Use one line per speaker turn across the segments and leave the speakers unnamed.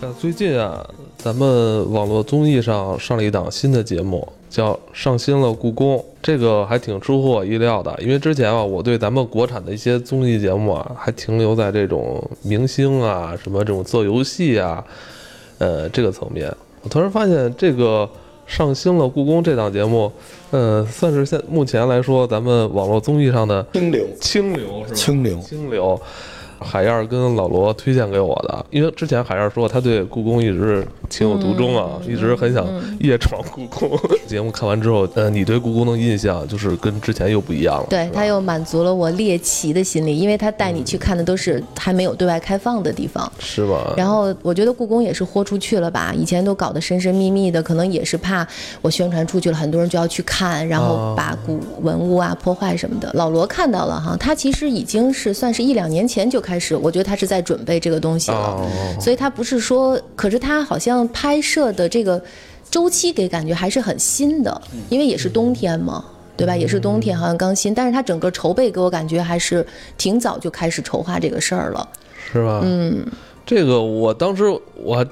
呃，最近啊，咱们网络综艺上上了一档新的节目，叫《上新了故宫》，这个还挺出乎我意料的。因为之前啊，我对咱们国产的一些综艺节目啊，还停留在这种明星啊、什么这种做游戏啊，呃，这个层面。我突然发现，这个《上新了故宫》这档节目，呃，算是现目前来说咱们网络综艺上的
清流，
清流，是吧？
清流，
清流，海燕儿跟老罗推荐给我的，因为之前海燕儿说他对故宫一直是情有独钟啊，
嗯
一直很想夜闯故宫。 节目看完之后，呃，你对故宫的印象就是跟之前又不一样了。是，
对
吧嗯
他又满足了我猎奇的心理，因为他带你去看的都是还没有对外开放的地方。
是吧？
然后我觉得故宫也是豁出去了吧，以前都搞得神神秘秘的，可能也是怕我宣传出去了，很多人就要去看，然
哦
后把古文物啊破坏什么的。老罗看到了哈，他其实已经是算是一两年前就开始，我觉得他是在准备这个东西了，
哦
所以他不是说，可是他好像拍摄的这个周期给感觉还是很新的，因为也是冬天嘛。对吧？也是冬天，好像刚新，但是他整个筹备给我感觉还是挺早就开始筹划这个事儿了。
是吧？嗯，这个我当时我还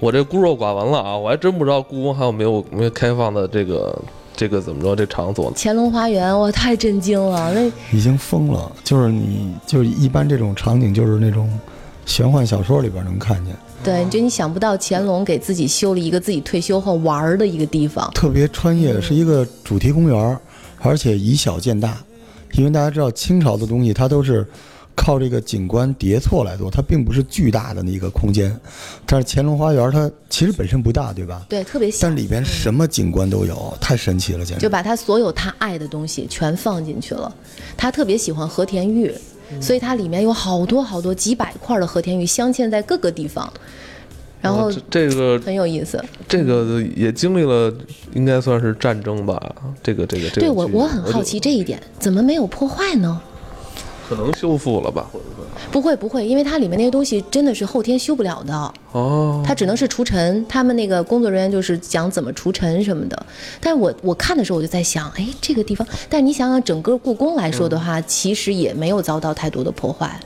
我这孤陋寡闻了啊，我还真不知道故宫还有没有没有开放的这个这个怎么着这场所。
乾隆花园，我太震惊了！那
已经疯了。就是你，就是一般这种场景，就是那种玄幻小说里边能看见，
对，就你想不到乾隆给自己修了一个自己退休后玩儿的一个地方，
特别穿越，是一个主题公园儿，而且以小见大。因为大家知道清朝的东西，它都是靠这个景观叠错来做，它并不是巨大的那个空间。但是乾隆花园它其实本身不大，对吧？
对，特别小
但，里边什么景观都有，太神奇了，简
就
直。
把他所有他爱的东西全放进去了。他特别喜欢和田玉，
嗯
所以它里面有好多好多几百块的和田玉镶嵌在各个地方，然后
哇哦这这个
很有意思。
这个也经历了，应该算是战争吧。这个这个这个剧，
对我我很好
就
奇这一点，怎么没有破坏呢？
可能修复了吧？
不会不会，因为它里面那些东西真的是后天修不了的。
哦，
它只能是除尘，他们那个工作人员就是讲怎么除尘什么的。但是我我看的时候我就在想，哎，这个地方，但你想想整个故宫来说的
嗯
话，其实也没有遭到太多的破坏。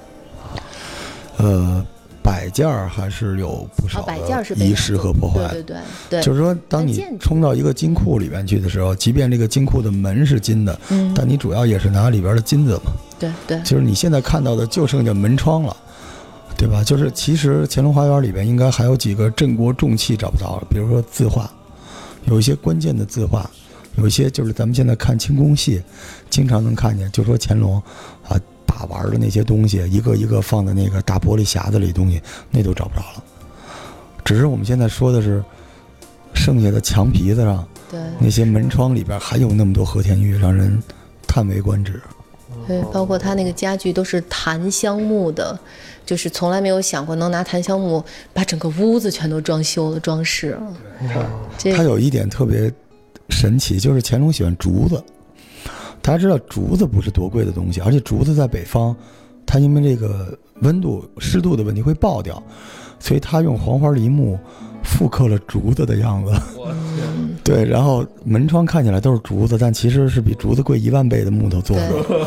呃，摆件儿还是有不
啊
少，
摆件儿是
的
被
遗失和破坏。
对对对对，
就是说，当你冲到一个金库里边去的时候，即便这个金库的门是金的，
嗯，
但你主要也是拿里边的金子嘛。
对对，
就是你现在看到的就剩下门窗了，对吧？就是其实乾隆花园里边应该还有几个镇国重器找不到了，比如说字画，有一些关键的字画，有一些就是咱们现在看清宫戏，经常能看见，就说乾隆啊把玩的那些东西，一个一个放在那个大玻璃匣子里的东西，那都找不着了。只是我们现在说的是，剩下的墙皮子上
对
那些门窗里边还有那么多和田玉，让人叹为观止。
对，包括它那个家具都是檀香木的，就是从来没有想过能拿檀香木把整个屋子全都装修了装饰了。嗯这
它有一点特别神奇，就是乾隆喜欢竹子。大家知道竹子不是多贵的东西，而且竹子在北方，它因为这个温度、湿度的问题会爆掉，所以他用黄花梨木复刻了竹子的样子。
我天，
对，然后门窗看起来都是竹子，但其实是比竹子贵一万倍的木头做的。
对，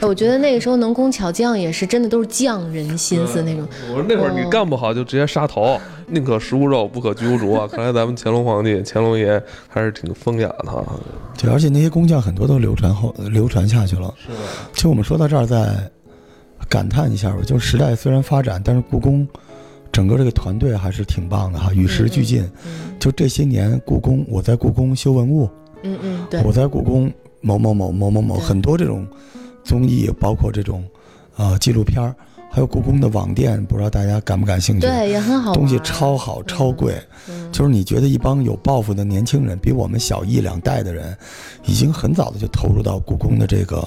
哎 我觉得那个时候能工巧匠也是真的都是匠人心思那种。哦
我说那会儿你干不好就直接杀头，宁可食无肉，不可居无竹啊！ 看来咱们乾隆皇帝、乾隆爷还是挺风雅的哈。
对，而且那些工匠很多都流传后呃流传下去了。
是吧？
其实我们说到这儿，再感叹一下吧，就是时代虽然发展，但是故宫整个这个团队还是挺棒的哈，与时俱进。
嗯
就这些年，故宫我在故宫修文物，
嗯嗯，对
我在故宫某某某某某某，
对
很多这种综艺，包括这种呃纪录片儿，还有故宫的网店，不知道大家感不感兴趣？
对，也很好玩。
东西超好超贵，
嗯
就是你觉得一帮有抱负的年轻人，比我们小一两代的人，已经很早的就投入到故宫的这个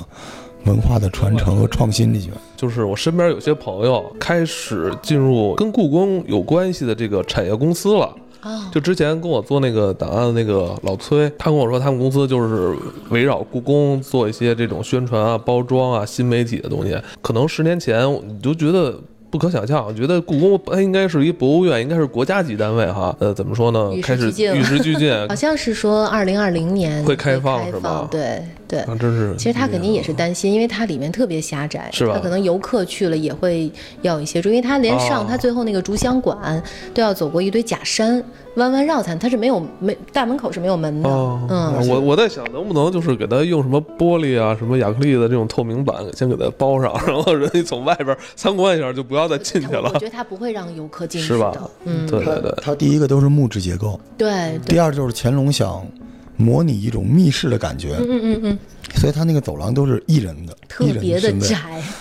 文化的传承和创新里去了。
就是我身边有些朋友开始进入跟故宫有关系的这个产业公司了。
啊，
就之前跟我做那个档案的那个老崔，他跟我说他们公司就是围绕故宫做一些这种宣传啊、包装啊、新媒体的东西。可能十年前你就觉得。不可想象，觉得故宫它应该是一博物院，应该是国家级单位哈。呃，怎么说呢？
与时
开始
俱进
与时俱进，
好像是说二零二零年
会开
开
放是吗嗯
对对。
那真啊是。
其实他肯定也是担心，因为它里面特别狭窄，
是吧
他可能游客去了也会要一些注意，因为他连上
哦
他最后那个竹香馆都要走过一堆假山，弯弯绕才，它是没有没大门口是没有门的，
哦，
嗯，
我我在想能不能就是给它用什么玻璃啊、什么亚克力的这种透明板先给它包上，然后人一从外边参观一下就不要再进去
我我
了
觉，得他不会让游客进去
是吧
的，嗯，
对对
它
对，
它第一个都是木质结构，
对对，
第二就是乾隆想模拟一种密室的感觉，
嗯嗯嗯，
所以它那个走廊都是一人的，
特
一人
别的
身位
窄，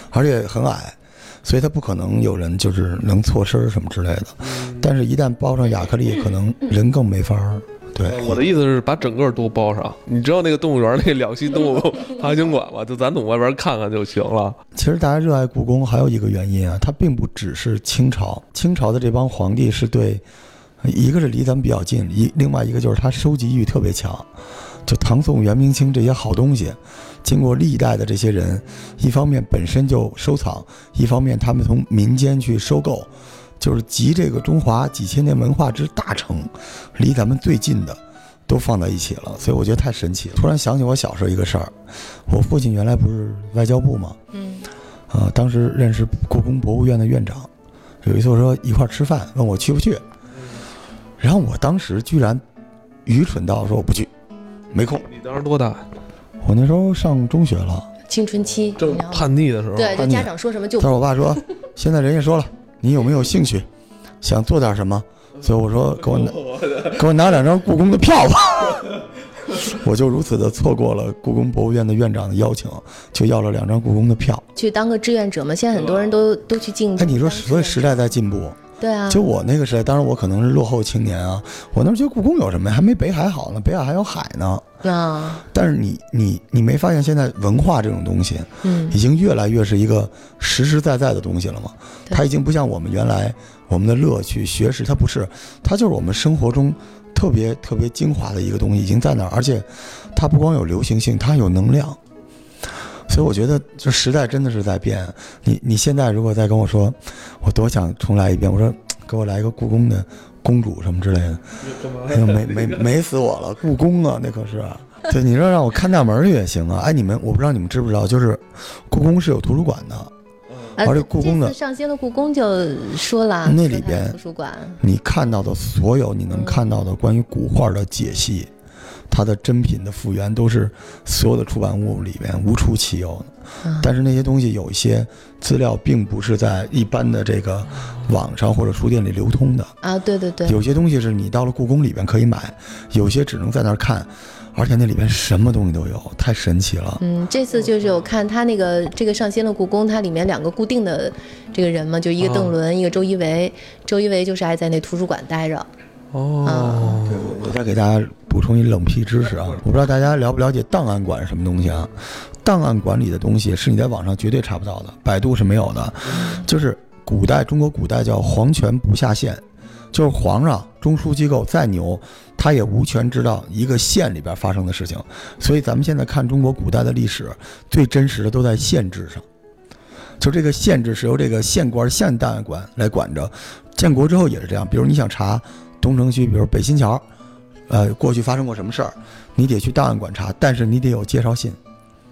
而且很矮，所以它不可能有人就是能错身儿什么之类的。
嗯
但是，一旦包上亚克力，可能人更没法儿。对，
嗯我的意思是把整个都包上。你知道那个动物园那个两栖动物 爬行馆吗？就咱从外边看看就行了。
其实大家热爱故宫还有一个原因啊，它并不只是清朝，清朝的这帮皇帝是对，一个是离咱们比较近，一另外一个就是他收集欲特别强，就唐宋元明清这些好东西，经过历代的这些人，一方面本身就收藏，一方面他们从民间去收购，就是集这个中华几千年文化之大成，离咱们最近的。都放在一起了，所以我觉得太神奇了。突然想起我小时候一个事儿，我父亲原来不是外交部吗？
嗯
啊，当时认识故宫博物院的院长，有一次我说一块儿吃饭，问我去不去，然后我当时居然愚蠢到说我不去，没空。
你当时多大？
我那时候上中学了，，
青春期，
正
然后
叛逆的时候。
对，就
叛逆
家长说什么就
但是我爸说现在人家说了，你有没有兴趣，想做点什么？所以我说给我拿给我拿两张故宫的票吧。 我就如此的错过了故宫博物院的院长的邀请，就要了两张故宫的票。
去当个志愿者嘛。现在很多人都都去竞
哎，
争。
你说所以时代在进步，
对啊，
就我那个时代，当然我可能是落后青年啊，我那时候觉得故宫有什么呀？还没北海好呢，北海还有海呢。
啊，
但是你你你没发现现在文化这种东西
嗯
已经越来越是一个实实在在的东西了吗？
对
它已经不像我们原来我们的乐趣学识，它不是，它就是我们生活中特别特别精华的一个东西，已经在那儿，而且它不光有流行性，它还有能量。所以我觉得，这时代真的是在变。你你现在如果再跟我说，我多想重来一遍，我说给我来一个故宫的公主什么之类的，哎呦，美美美死我了！故宫啊，那可是。对，你说让我看大门儿去也行啊。哎，你们我不知道你们知不知道，就是故宫是有图书馆的，
啊
而且故宫的
这次上新了故宫就说了，
那
说
里
它
边
有图书馆，
你看到的所有你能看到的关于古画的解析，它的真品的复原，都是所有的出版物里边无出其右的
嗯。
但是那些东西有一些资料并不是在一般的这个网上或者书店里流通的，
啊，对对对，
有些东西是你到了故宫里边可以买，有些只能在那儿看，而且那里边什么东西都有，太神奇了。
嗯，这次就是有看它那个这个上新了故宫，它里面两个固定的这个人嘛，就一个邓
啊
伦，一个周一围，周一围就是爱在那图书馆待着，
哦，
嗯
我再给大家补充一冷僻知识啊，我不知道大家了不了解档案馆是什么东西啊？档案馆里的东西是你在网上绝对查不到的，百度是没有的。就是古代中国古代叫皇权不下县，就是皇上、中枢机构再牛，他也无权知道一个县里边发生的事情。所以咱们现在看中国古代的历史，最真实的都在县制上。就这个县制是由这个县官、县档案馆来管着。建国之后也是这样，比如你想查东城区，比如北新桥，呃，过去发生过什么事儿，你得去档案馆查，但是你得有介绍信。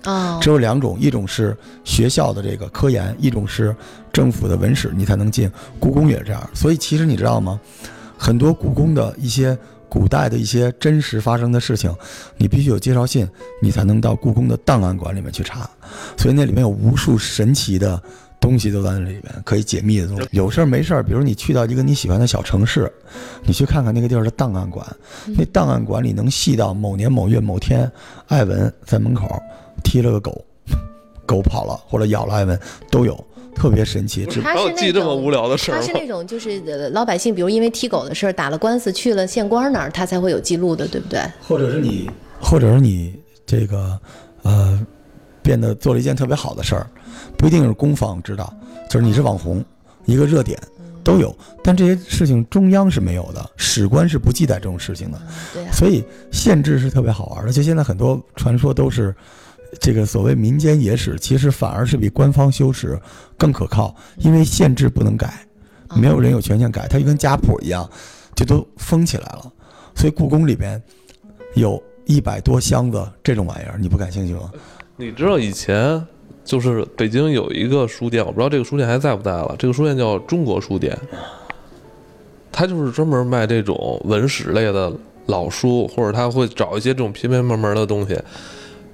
哦
只，有两种，一种是学校的这个科研，一种是政府的文史，你才能进。故宫也是这样，所以其实你知道吗？很多故宫的一些古代的一些真实发生的事情，你必须有介绍信，你才能到故宫的档案馆里面去查。所以那里面有无数神奇的东西都在那里面，可以解密的东西。有事儿没事儿，比如你去到一个你喜欢的小城市，你去看看那个地儿的档案馆，那档案馆里能细到某年某月某天，艾文在门口踢了个狗， 狗跑了或者咬了艾文都有，特别神奇。只
它
还有
是那
记这么
种
无聊的事儿
他是
吗
那？种就是呃老百姓，比如因为踢狗的事儿打了官司去了县官那儿，他才会有记录的，对不对？
或者是你，或者是你这个呃，变得做了一件特别好的事儿，不一定是公方知道，就是你是网红，一个热点都有，但这些事情中央是没有的，史官是不记载这种事情的，
对啊，
所以限制是特别好玩的。而且现在很多传说都是。这个所谓民间野史，其实反而是比官方修史更可靠，因为限制不能改，
啊
没有人有权限改，它就跟家谱一样，就都封起来了。所以故宫里边有一百多箱子这种玩意儿，你不感兴趣吗？
你知道以前就是北京有一个书店，我不知道这个书店还在不在了。这个书店叫中国书店，它就是专门卖这种文史类的老书，或者他会找一些这种偏偏门门的东西。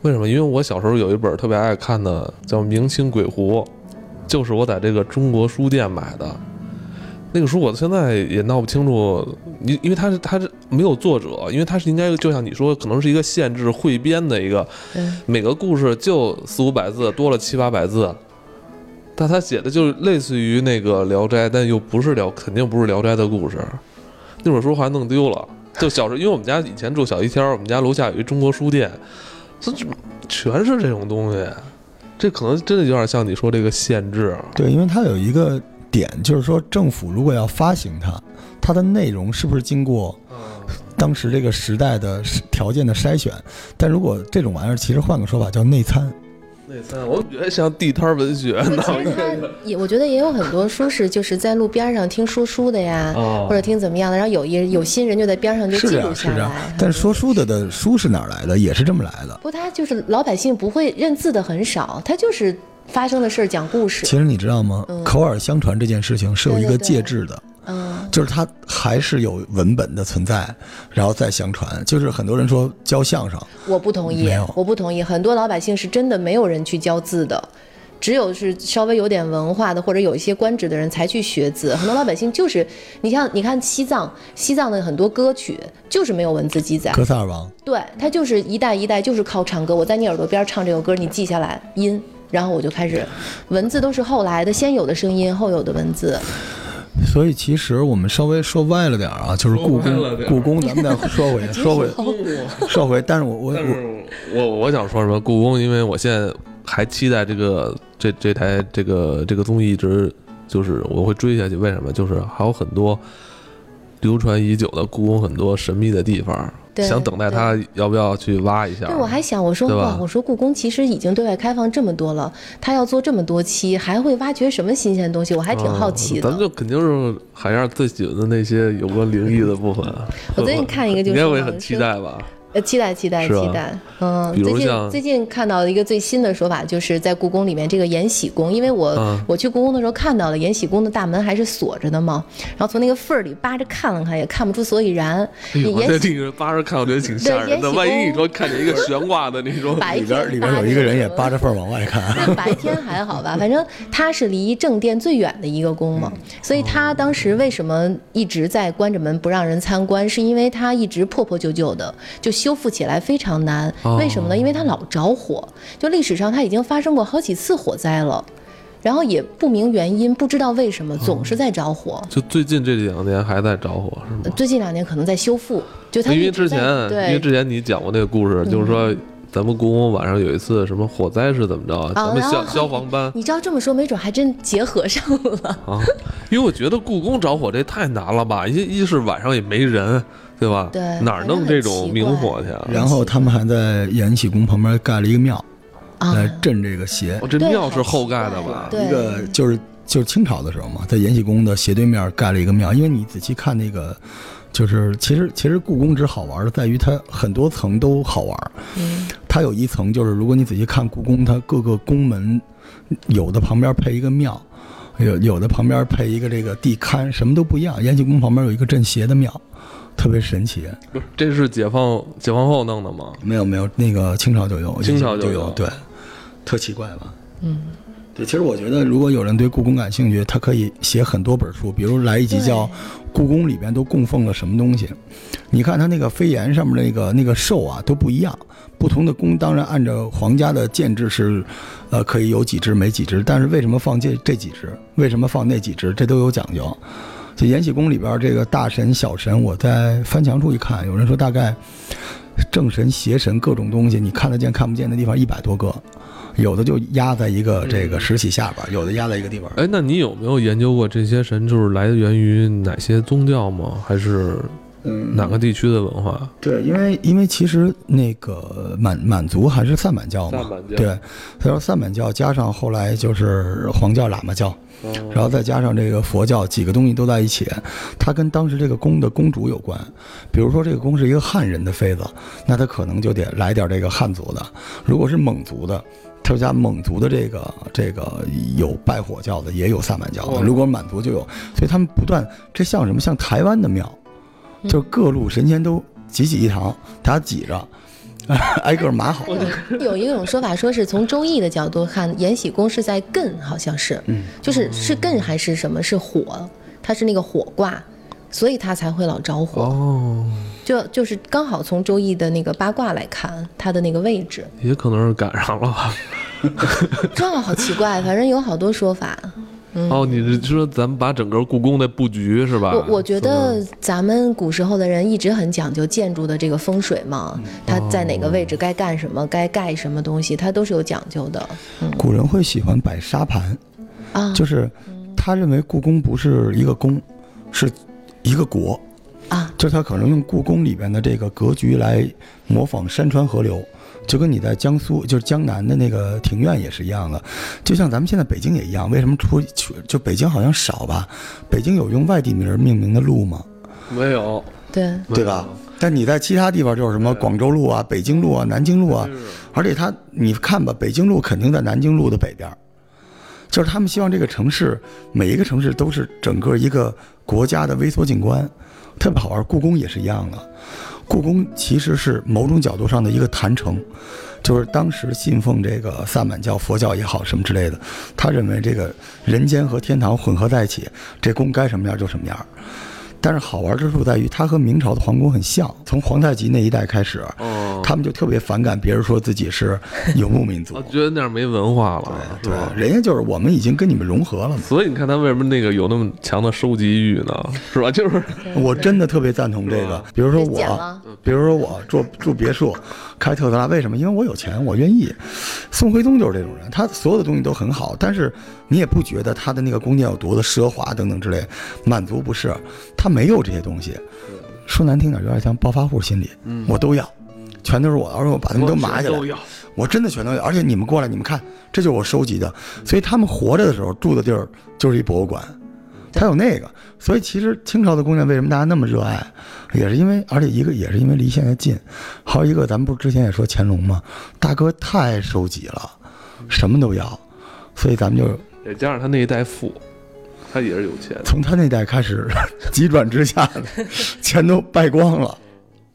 为什么？因为我小时候有一本特别爱看的，叫《明清鬼狐》，就是我在这个中国书店买的。那个书我现在也闹不清楚，因因为它是它是没有作者，因为它是应该就像你说，可能是一个限制汇编的一个，
嗯
每个故事就四五百字，多了七八百字。但他写的就是类似于那个《聊斋》，但又不是聊，肯定不是《聊斋》的故事。那本书好像弄丢了，就小时候，因为我们家以前住小西天儿，我们家楼下有一中国书店，这这全是这种东西。这可能真的有点像你说这个限制，
对，因为它有一个点，就是说政府如果要发行它，它的内容是不是经过
嗯
当时这个时代的条件的筛选？但如果这种玩意儿，其实换个说法叫内参，
内参，我觉得像地摊文学呢。
其实它也，我觉得也有很多书是就是在路边上听说书的呀，
哦
或者听怎么样的，然后有一有心人就在边上就是记
这
录
样，是
下
这样
来。。嗯
但是说书的的书是哪儿来的，也是这么来的。
不，他就是老百姓不会认字的很少，他就是发生的事儿讲故事。
其实你知道吗？口耳相传这件事情是有一
嗯对
个
对
介质的，
嗯，
就是它还是有文本的存在，然后再相传。就是很多人说教相 声，
我不同意
没有，
我不同意。很多老百姓是真的没有人去教字的，只有是稍微有点文化的或者有一些官职的人才去学字。很多老百姓就是，你像你看西藏，西藏的很多歌曲就是没有文字记载，
哥萨尔王
对，它就是一代一代就是靠唱歌。我在你耳朵边唱这首歌，你记下来音，然后我就开始，文字都是后来的，先有的声音，后有的文字。
所以其实我们稍微说歪了点儿啊，就是故
说歪了
宫，
点儿
故宫咱们再说 回，说回，说回。但是我我
但
我
是我我想说什么？故宫，因为我现在还期待这个这这台这个这个综艺一直就是我会追下去。为什么？就是还有很多流传已久的故宫很多神秘的地方，
对
想等待它要不要去挖一下？
对，我还想我说
对吧
哇，我说故宫其实已经对外开放这么多了，他要做这么多期，还会挖掘什么新鲜东西？我还挺好奇
嗯
的。
咱们就肯定是海燕最喜欢的那些有关灵异的部分。
我最 近看一个就是
你也会很期待吧？
呃，期待期待
是吧啊
期待，嗯，
比如
最
像
近最近看到一个最新的说法，就是在故宫里面这个延禧宫，因为我、
嗯
我去故宫的时候看到了延禧宫的大门还是锁着的嘛，然后从那个缝儿里扒着看了看，也看不出所以然。
哎呦，
你
我
延
这
禧
这个八十看，我觉得挺吓人的。
对延禧
万一
宫
你说看见一个悬挂的，你说
白
里边儿
天
里边儿有一个人也扒着缝儿往外
啊
看。
那白天还好吧，反正它是离正殿最远的一个宫
嗯
嘛，所以它
哦
当时为什么一直在关着门不让人参观，是因为它一直破破旧旧的，就修复起来非常难
哦。
为什么呢？因为它老着火，就历史上它已经发生过好几次火灾了，然后也不明原因，不知道为什么总
哦
是在着火。
就最近这两年还在着火是吗？
最近两年可能在修复，就它
因
一
为
直
之
在
前，因为
对嗯
之前你讲过那个故事，就是说咱们故宫晚上有一次什么火灾是怎么着？咱们
哦啊然
消
后
消防班
你知道这么说，没准还真结合上了。
啊，因为我觉得故宫着火这太难了吧？一一是晚上也没人，对吧？
对
哪儿弄这种明火去啊？
然后他们还在延禧宫旁边盖了一个庙，
哎
啊
来镇这个邪
哦，。这
对
庙是
好
后
奇
盖的
怪
吧？
对
啊一个就是就是清朝的时候嘛，在延禧宫的斜对面盖了一个庙，因为你仔细看那个，就是其实其实故宫之好玩的在于它很多层都好玩儿，
嗯
它有一层就是如果你仔细看故宫，它各个宫门有的旁边配一个庙。有有的旁边配一个这个地龛，什么都不一样。延禧宫旁边有一个镇邪的庙，特别神奇。
不是，这是解放解放后弄的吗？
没有没有，那个清朝就有，
清朝就
就
有
对，特奇怪吧？
嗯。
对，其实我觉得，如果有人对故宫感兴趣，他可以写很多本书，比如来一集
对
叫《故宫里边都供奉了什么东西》。你看它那个飞檐上面那个那个兽啊都不一样，不同的宫当然按照皇家的建制是，呃，可以有几只没几只，但是为什么放这这几只，为什么放那几只，这都有讲究。就延禧宫里边这个大神小神，我在翻墙处一看，有人说大概正神邪神各种东西，你看得见看不见的地方一百多个，有的就压在一个这个石玺下边，有的压在一个地方。
嗯哎，那你有没有研究过这些神就是来源于哪些宗教吗？还是
嗯，
哪个地区的文化？
对，因为因为其实那个满满族还是萨满教嘛
萨满，教
对，他说萨满教加上后来就是黄教、喇嘛教，然后再加上这个佛教，几个东西都在一起，它跟当时这个宫的公主有关。比如说这个宫是一个汉人的妃子，那他可能就得来点这个汉族的；如果是蒙族的。他家蒙族的这个这个有拜火教的，也有萨满教的。如果满族就有，所以他们不断这像什么？像台湾的庙，就是各路神仙都挤挤一堂，大家挤着，挨个码好。
有一种说法，说是从《周易》的角度看，延禧宫是在艮，好像是，就是是艮还是什么？是火，它是那个火卦，所以它才会老着火。
哦，
就就是刚好从《周易》的那个八卦来看，它的那个位置，
也可能是赶上了吧。
这好奇怪，反正有好多说法。
哦，你是说咱们把整个故宫的布局是吧？
我我觉
嗯
得咱们古时候的人一直很讲究建筑的这个风水嘛，它在哪个位置该干什么，该盖什么东西，它都是有讲究的
古人会喜欢摆沙盘，
啊
就是他认为故宫不是一个宫，是一个国，
啊！
就是他可能用故宫里边的这个格局来模仿山川河流。就跟你在江苏，就是江南的那个庭院也是一样的，就像咱们现在北京也一样。为什么出去就北京好像少吧？北京有用外地名儿命名的路吗？
没有，
对，
没有
对吧？？但你在其他地方就是什么广州路啊、北京路啊、南京路啊，而且它你看吧，北京路肯定在南京路的北边儿，就是他们希望这个城市每一个城市都是整个一个国家的微缩景观，特别好玩。故宫也是一样的，故宫其实是某种角度上的一个坛城，就是当时信奉这个萨满教、佛教也好什么之类的，他认为这个人间和天堂混合在一起，这宫该什么样就什么样儿。但是好玩之处在于，它和明朝的皇宫很像。从皇太极那一代开始，
哦，
他们就特别反感别人说自己是游牧民族
我，觉得那样没文化了，哦是
对
吧，？
人家就是我们已经跟你们融合了嘛。
所以你看他为什么那个有那么强的收集欲呢？是吧？就是
我真的特别赞同这个
吧，
比如说
被剪了
我，比如说我住住别墅，开特斯拉，为什么？因为我有钱，我愿意。宋徽宗就是这种人，他所有的东西都很好，但是你也不觉得他的那个宫殿有多的奢华等等之类。满族不是，他没有这些东西。说难听点，有点像暴发户心理，我都要，全都是我的，嗯而且我把他们都埋起来，
要
我真的全都有，而且你们过来，你们看，这就是我收集的。所以他们活着的时候住的地儿就是一博物馆，他有那个。所以其实清朝的宫殿为什么大家那么热爱，也是因为，而且一个也是因为离现在近，还有一个咱们不是之前也说乾隆吗？大哥太收集了，什么都要，所以咱们就
也加上他那一代富，他也是有钱的。
从他那代开始 急转直下，全都败光了。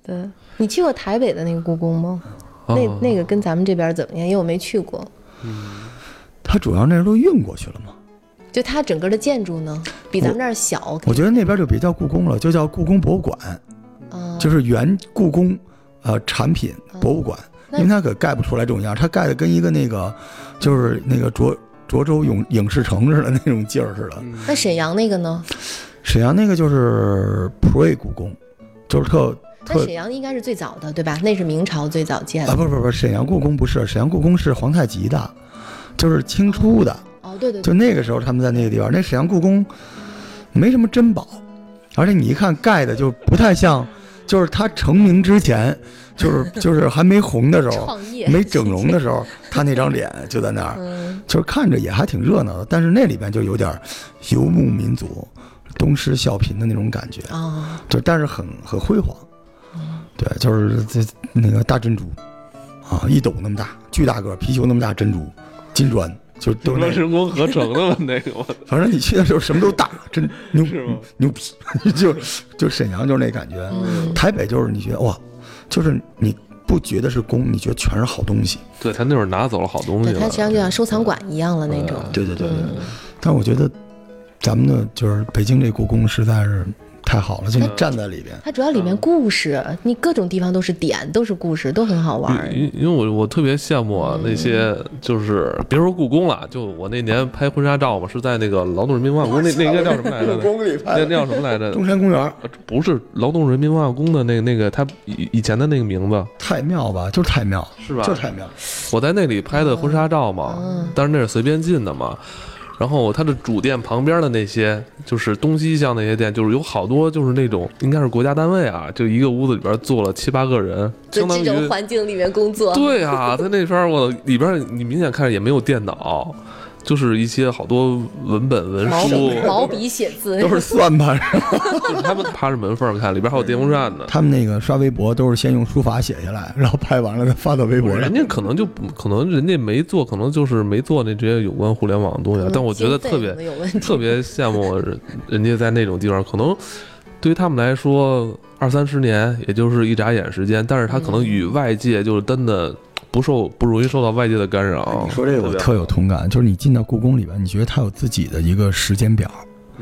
对，你去过台北的那个故宫吗？那
哦
那个跟咱们这边怎么样？因为我没去过。
他主要那时候运过去了嘛，
就它整个的建筑呢，比咱们这儿小，
我觉得那边就别叫故宫了，就叫故宫博物馆。
嗯，
就是原故宫呃产品博物馆，
那
因为它可盖不出来这种样儿，它盖的跟一个那个就是那个涿涿州影影视城似的那种劲儿似的。
嗯
那沈阳那个呢？
沈阳那个就是普瑞故宫，就是特
那
特
沈阳应该是最早的，对吧？那是明朝最早建
啊
的。
不是不是不是沈阳故宫不是沈阳故宫是皇太极的，就是清初的，
哦，对对
就
对，
那个时候他们在那个地方，那沈阳故宫没什么珍宝，而且你一看盖的就不太像，就是它成名之前，就是 就是还没红的时候，
创业
没整容的时候，他那张脸就在那儿，
嗯，
就是看着也还挺热闹的，但是那里边就有点儿游牧民族、东施效颦的那种感觉，
哦，
就但是很很辉煌，
嗯
对，就是这那个大珍珠啊，一斗那么大，巨大个儿，貔貅那么大珍珠，金砖就都是
说
那个，
人工合成的吗？那个我
反正你去的时候什么都大， 真牛
是吗
牛逼， 就就沈阳就是那感觉，
嗯，
台北就是你觉得哇，就是你不觉得是宫，你觉得全是好东西。
对他那会儿拿走了好东西
对，它
了
实际，上就像收藏馆一样了那种。
对对对
嗯，
但我觉得咱们的就是北京这故宫实在是太好了，就你
嗯
站在里边，
它主要里面故事，你各种地方都是点，都是故事，都很好玩儿。
因因因为我我特别羡慕啊那些
嗯
就是别说故宫了，就我那年拍婚纱照嘛，是在那个劳动人民文化宫那那应该叫什么来着？
宫里拍
那那叫什么来着？
中山公园
呃不是劳动人民文化宫的那个那个他以以前的那个名字
太庙吧，就是太庙，
是吧？
就是太庙。
啊
我在那里拍的婚纱照嘛，但是那是随便进的嘛。然后它的主店旁边的那些，就是东西向那些店，就是有好多就是那种应该是国家单位啊，就一个屋子里边坐了七八个人，
在
相当
这
于
种环境里面工作，
对啊，他那边儿我里边儿你明显看着也没有电脑，就是一些好多文本文
毛
书
笔，毛笔写字
都，是算盘。
就是他们趴着门缝儿看，里边还有电风扇呢。
他们那个刷微博都是先用书法写下来，然后拍完了再发到微博上
人。家可能就不可能人家没做，可能就是没做那这些有关互联网的东西
嗯
啊。但我觉得特别
经费可能有问题，
特别羡慕人人家在那种地方，可能对于他们来说二三十年也就是一眨眼时间，但是他
嗯
可能与外界就是真的不受不容易受到外界的干扰。
你说这个我
对吧
特有同感，就是你进到故宫里边，你觉得它有自己的一个时间表，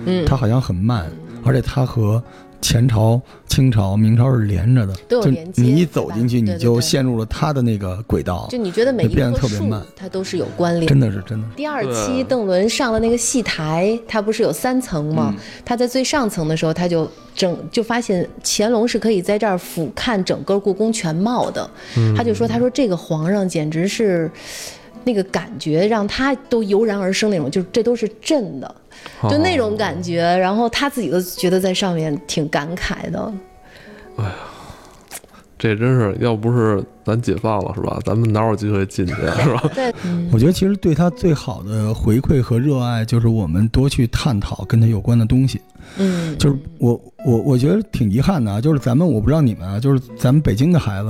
嗯，
它好像很慢，而且它和前朝、清朝、明朝是连着的，
都有
就
连接
你一
对吧
走进去，
对
你
对
就
对
陷入了它的那个轨道
就，你觉得每一
就变得
棵
特别
树
慢
它都是有关联
真的是真的是。
第二
对
期邓伦上了那个戏台，他不是有三层吗？他在最上层的时候，他就整就发现乾隆是可以在这儿俯瞰整个故宫全貌的。他就说：“他说这个皇上简直是。”那个感觉让他都油然而生那种，就是这都是朕的，
啊哦
就那种感觉。然后他自己都觉得在上面挺感慨的。
这真是要不是咱解放了是吧？咱们哪有机会进去啊是吧？
对，嗯
我觉得其实对它最好的回馈和热爱，就是我们多去探讨跟它有关的东西。
嗯，
就是我我我觉得挺遗憾的啊，就是咱们我不知道你们啊，就是咱们北京的孩子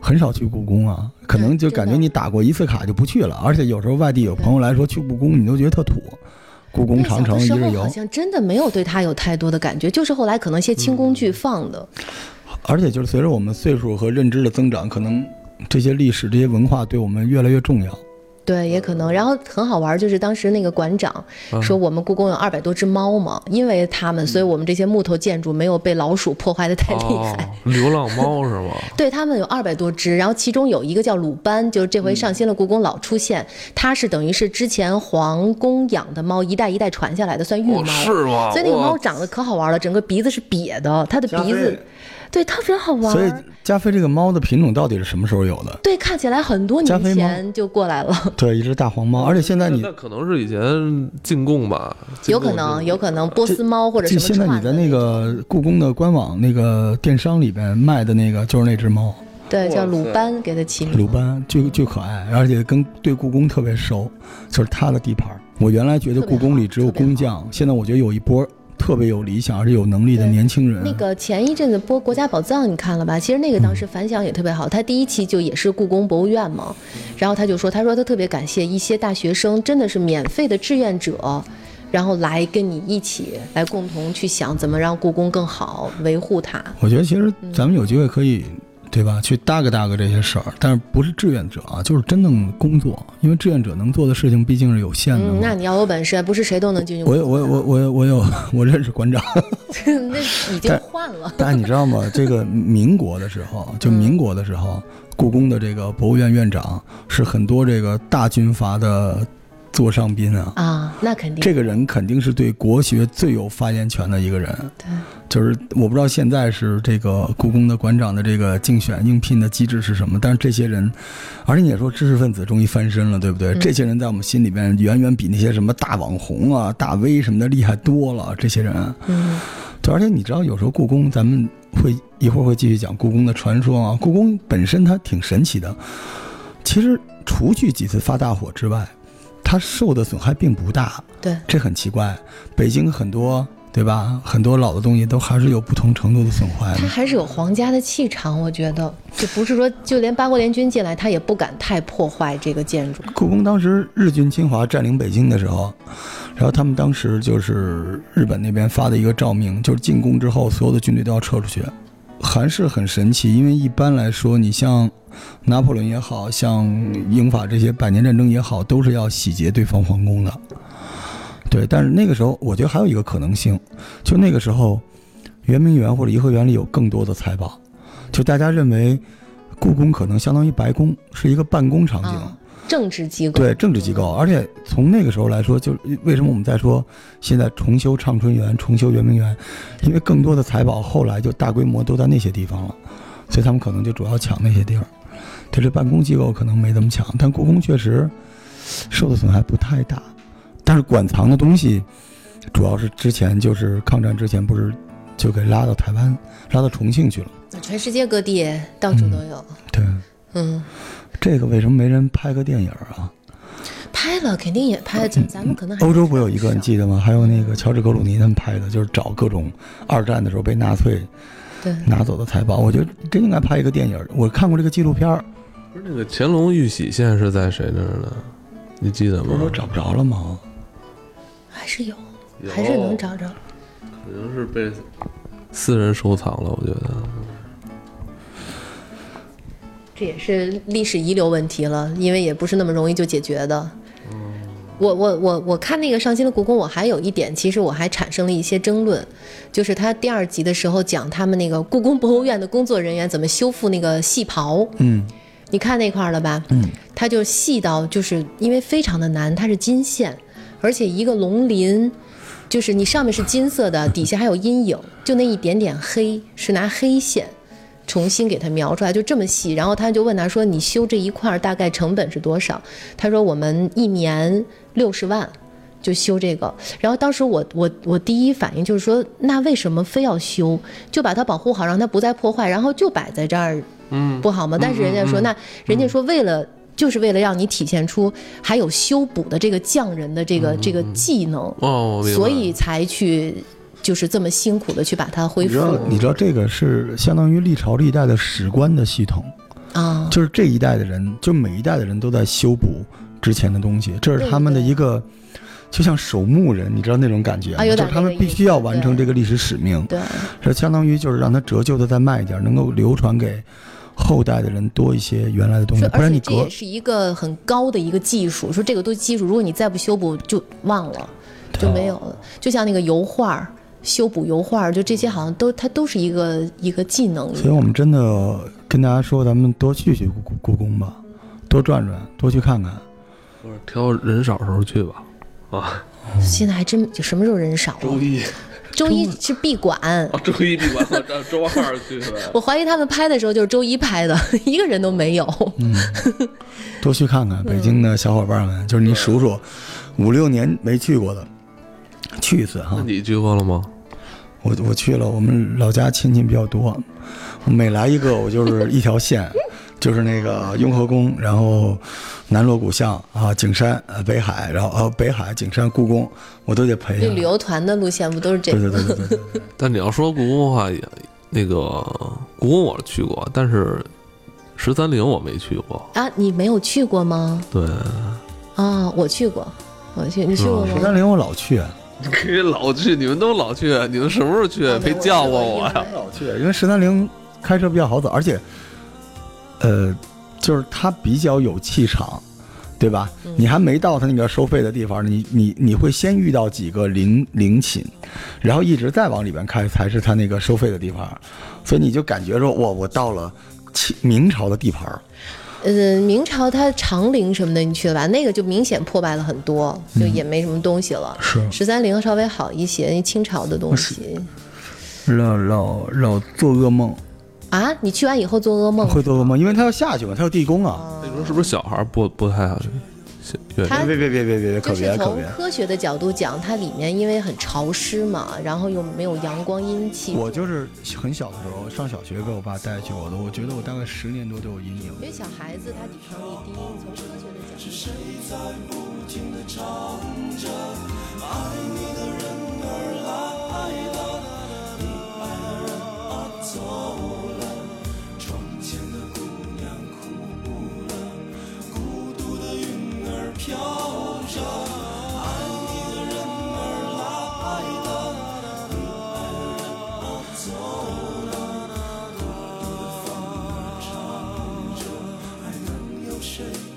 很少去故宫啊，可能就
对真的
感觉你打过一次卡就不去了，而且有时候外地有朋友来说去故宫，你都觉得特土，故宫
那小
长城
的
一
时候
日游
好，像真的没有对他有太多的感觉，就是后来可能一些清宫剧放的。
而且就是随着我们岁数和认知的增长，可能这些历史这些文化对我们越来越重要。
对，也可
嗯
能。然后很好玩儿，就是当时那个馆长说，我们故宫有二百多只猫嘛，因为它们，
嗯
所以我们这些木头建筑没有被老鼠破坏的 太厉害。
哦，流浪猫是吗？
对他们有二百多只，然后其中有一个叫鲁班，就是这
嗯
回上新了故宫老出现，它是等于是之前皇宫养的猫一代一代传下来的，算育猫。
哦，是吗？
所以那个
哇
猫长得可好玩了，整个鼻子是瘪的，它的鼻子，对，特别好玩
所以
儿。
加菲这个猫的品种到底是什么时候有 的？
对，看起来很多
加
年
菲猫
前就过 来了。
对，一只大黄
哦
猫，而且现在你
那可能是以前进贡吧，进
有
贡
可能，
进贡
有可能波斯猫或者什
就
么
现在你
串
在
的
那
种
个故宫的官网那个电商里边卖的那个就是那只猫。
对，
哇
叫鲁
塞
班给它起名。
鲁班巨巨可爱，而且跟对故宫特别熟，就是他的地盘儿。我原来觉得故宫里只有工匠，现在我觉得有一波特别有理想而且有能力的年轻人。
那个前一阵子播《国家宝藏》，你看了吧？其实那个当时反响也特别好。他第一期就也是故宫博物院嘛，然后他就说，他说他特别感谢一些大学生，真的是免费的志愿者，然后来跟你一起来共同去想怎么让故宫更好，维护它。
我觉得其实
嗯
咱们有机会可以，对吧？去搭个搭个这些事儿，但是不是志愿者啊，就是真正工作，因为志愿者能做的事情毕竟是有限的嘛。
嗯，那你要有本事，不是谁都能进去。
我有我有我有我有我有 我认识馆长，
那已经
但
换 了，
但你知道吗？这个民国的时候，就民国的时候，故宫的这个博物院院长是很多这个大军阀的座上宾啊。
啊，那肯定。
这个人肯定是对国学最有发言权的一个人，
对，
就是我不知道现在是这个故宫的馆长的这个竞选应聘的机制是什么，但是这些人，而且你也说知识分子终于翻身了，对不对？这些人在我们心里边远远比那些什么大网红啊、大 V 什么的厉害多了。这些人，啊
嗯，
对，而且你知道，有时候故宫咱们会一会儿会继续讲故宫的传说啊。故宫本身它挺神奇的，其实除去几次发大火之外，它受的损害并不大，
对，
这很奇怪。北京很多对吧，很多老的东西都还是有不同程度的损坏
他
的。
还是有皇家的气场，我觉得就不是说，就连八国联军进来，他也不敢太破坏这个建筑。
故宫当时日军侵华占领北京的时候，然后他们当时就是日本那边发的一个诏命，就是进宫之后所有的军队都要撤出去，还是很神奇。因为一般来说，你像拿破仑也好像英法这些百年战争也好，都是要洗劫对方皇宫的。对，但是那个时候，我觉得还有一个可能性，就那个时候，圆明园或者颐和园里有更多的财宝，就大家认为故宫可能相当于白宫，是一个办公场景。
啊，政治机构
对政治机构，而且从那个时候来说，就是为什么我们在说现在重修畅春园、重修圆明园，因为更多的财宝后来就大规模都在那些地方了，所以他们可能就主要抢那些地儿。对，这办公机构可能没怎么抢，但故宫确实受的损害不太大。但是馆藏的东西，主要是之前就是抗战之前不是就给拉到台湾、拉到重庆去了。
全世界各地到处都有。
对，
嗯，
这个为什么没人拍个电影啊？
拍了肯定也拍了，咱咱们可能 还
欧洲不有一个你
少
记得吗？还有那个乔治·格鲁尼他们拍的，就是找各种二战的时候被纳粹
对
拿走的财宝。我觉得真应该拍一个电影。我看过这个纪录片儿，
不是那个乾隆玉玺现在是在谁那儿呢？你记得
不是说
吗？
找不着了吗？
还是有，
有
还是能，找着。
可能是被私人收藏了，我觉得。
这也是历史遗留问题了，因为也不是那么容易就解决的。我我我我看那个上新的故宫，我还有一点，其实我还产生了一些争论，就是他第二集的时候讲他们那个故宫博物院的工作人员怎么修复那个戏袍，
嗯
你看那块儿了吧？
嗯，
它就细到就是因为非常的难，它是金线，而且一个龙鳞，就是你上面是金色的，底下还有阴影，就那一点点黑是拿黑线重新给它描出来，就这么细。然后他就问他说：“你修这一块儿大概成本是多少？”他说：“我们一年六十万。”就修这个，然后当时我我我第一反应就是说，那为什么非要修？就把它保护好，让它不再破坏，然后就摆在这儿，嗯，不好吗？但是人家说，那人家说为了。就是为了让你体现出还有修补的这个匠人的这个、这个技能，
哦，我明白了
所以才去就是这么辛苦的去把它恢
你知
复
道你知道这个是相当于历朝历代的史官的系统，
啊。
就是这一代的人，就每一代的人都在修补之前的东西，这是他们的一个，就像守墓人，你知道那种感觉吗，
啊有
就
点
是他们
那个
必
意思
须要完成
对
这个历史使命，
对，
这相当于就是让它折旧的再慢一点，能够流传给后代的人多一些原来的东西
说，
不
而
然
且
你
这
隔
也是一个很高的一个技术。说这个都技术，如果你再不修补就忘了，就没有了。就像那个油画儿修补油画儿，就这些好像都它都是一个一个技能一
所以
样。
我们真的跟大家说，咱们多去去故故故宫吧，多转转，多去看看。
不是挑人少时候去吧。啊，
现在还真就什么时候人少了？
一
周一是闭馆。
啊，周一闭馆了，到周二去呗。
我怀疑他们拍的时候就是周一拍的， 一个人都没有。
嗯多去看
嗯
看北京的小伙伴们，就是你数数，五六年没去过的，去一次哈
那。你去过了吗？
我我去了，我们老家亲戚比较多，我每来一个我就是一条线， 就是那个雍和宫，然后南锣鼓巷啊，景山呃北海，然后呃北海景山故宫，我都得陪
就旅
着。
游团的路线不都是这
对对
个？
对对对对，对
但你要说故宫的话，也那个故宫我是去过，但是十三陵我没去过。
啊，你没有去过吗？
对，
啊，我去过，我去，你去过
嗯
十
吗？
三陵我老去，啊
可以 老去，你们都老去，你们什么时候
哦
去？没叫过我啊
啊
呀。
老去，因为十三陵开车比较好走，而且，呃，就是它比较有气场，对吧？
嗯
你还没到它那个收费的地方，你你你会先遇到几个陵陵寝，然后一直再往里边开才是它那个收费的地方，所以你就感觉说，哇，我到了清明朝的地盘儿。
呃，明朝它长陵什么的你去了吧？那个就明显破败了很多，就
嗯
也没什么东西了。
是
十三陵稍微好一些，那清朝的东西
老老老做噩梦，
啊。你去完以后做噩梦，
会做噩梦，因为它要下去嘛，它有地宫啊。
那时候是不是小孩儿不不太愿意
他
别别别别别别，可
啊就
别
是
可
从
别！
科学的角度讲，它里面因为很潮湿嘛，然后又没有阳光阴气，
我就是很小的时候上小学被我爸带去，我的，我觉得我大概十年多都有阴影。
因为小孩子他抵抗力低，从科学的角度。
有谁？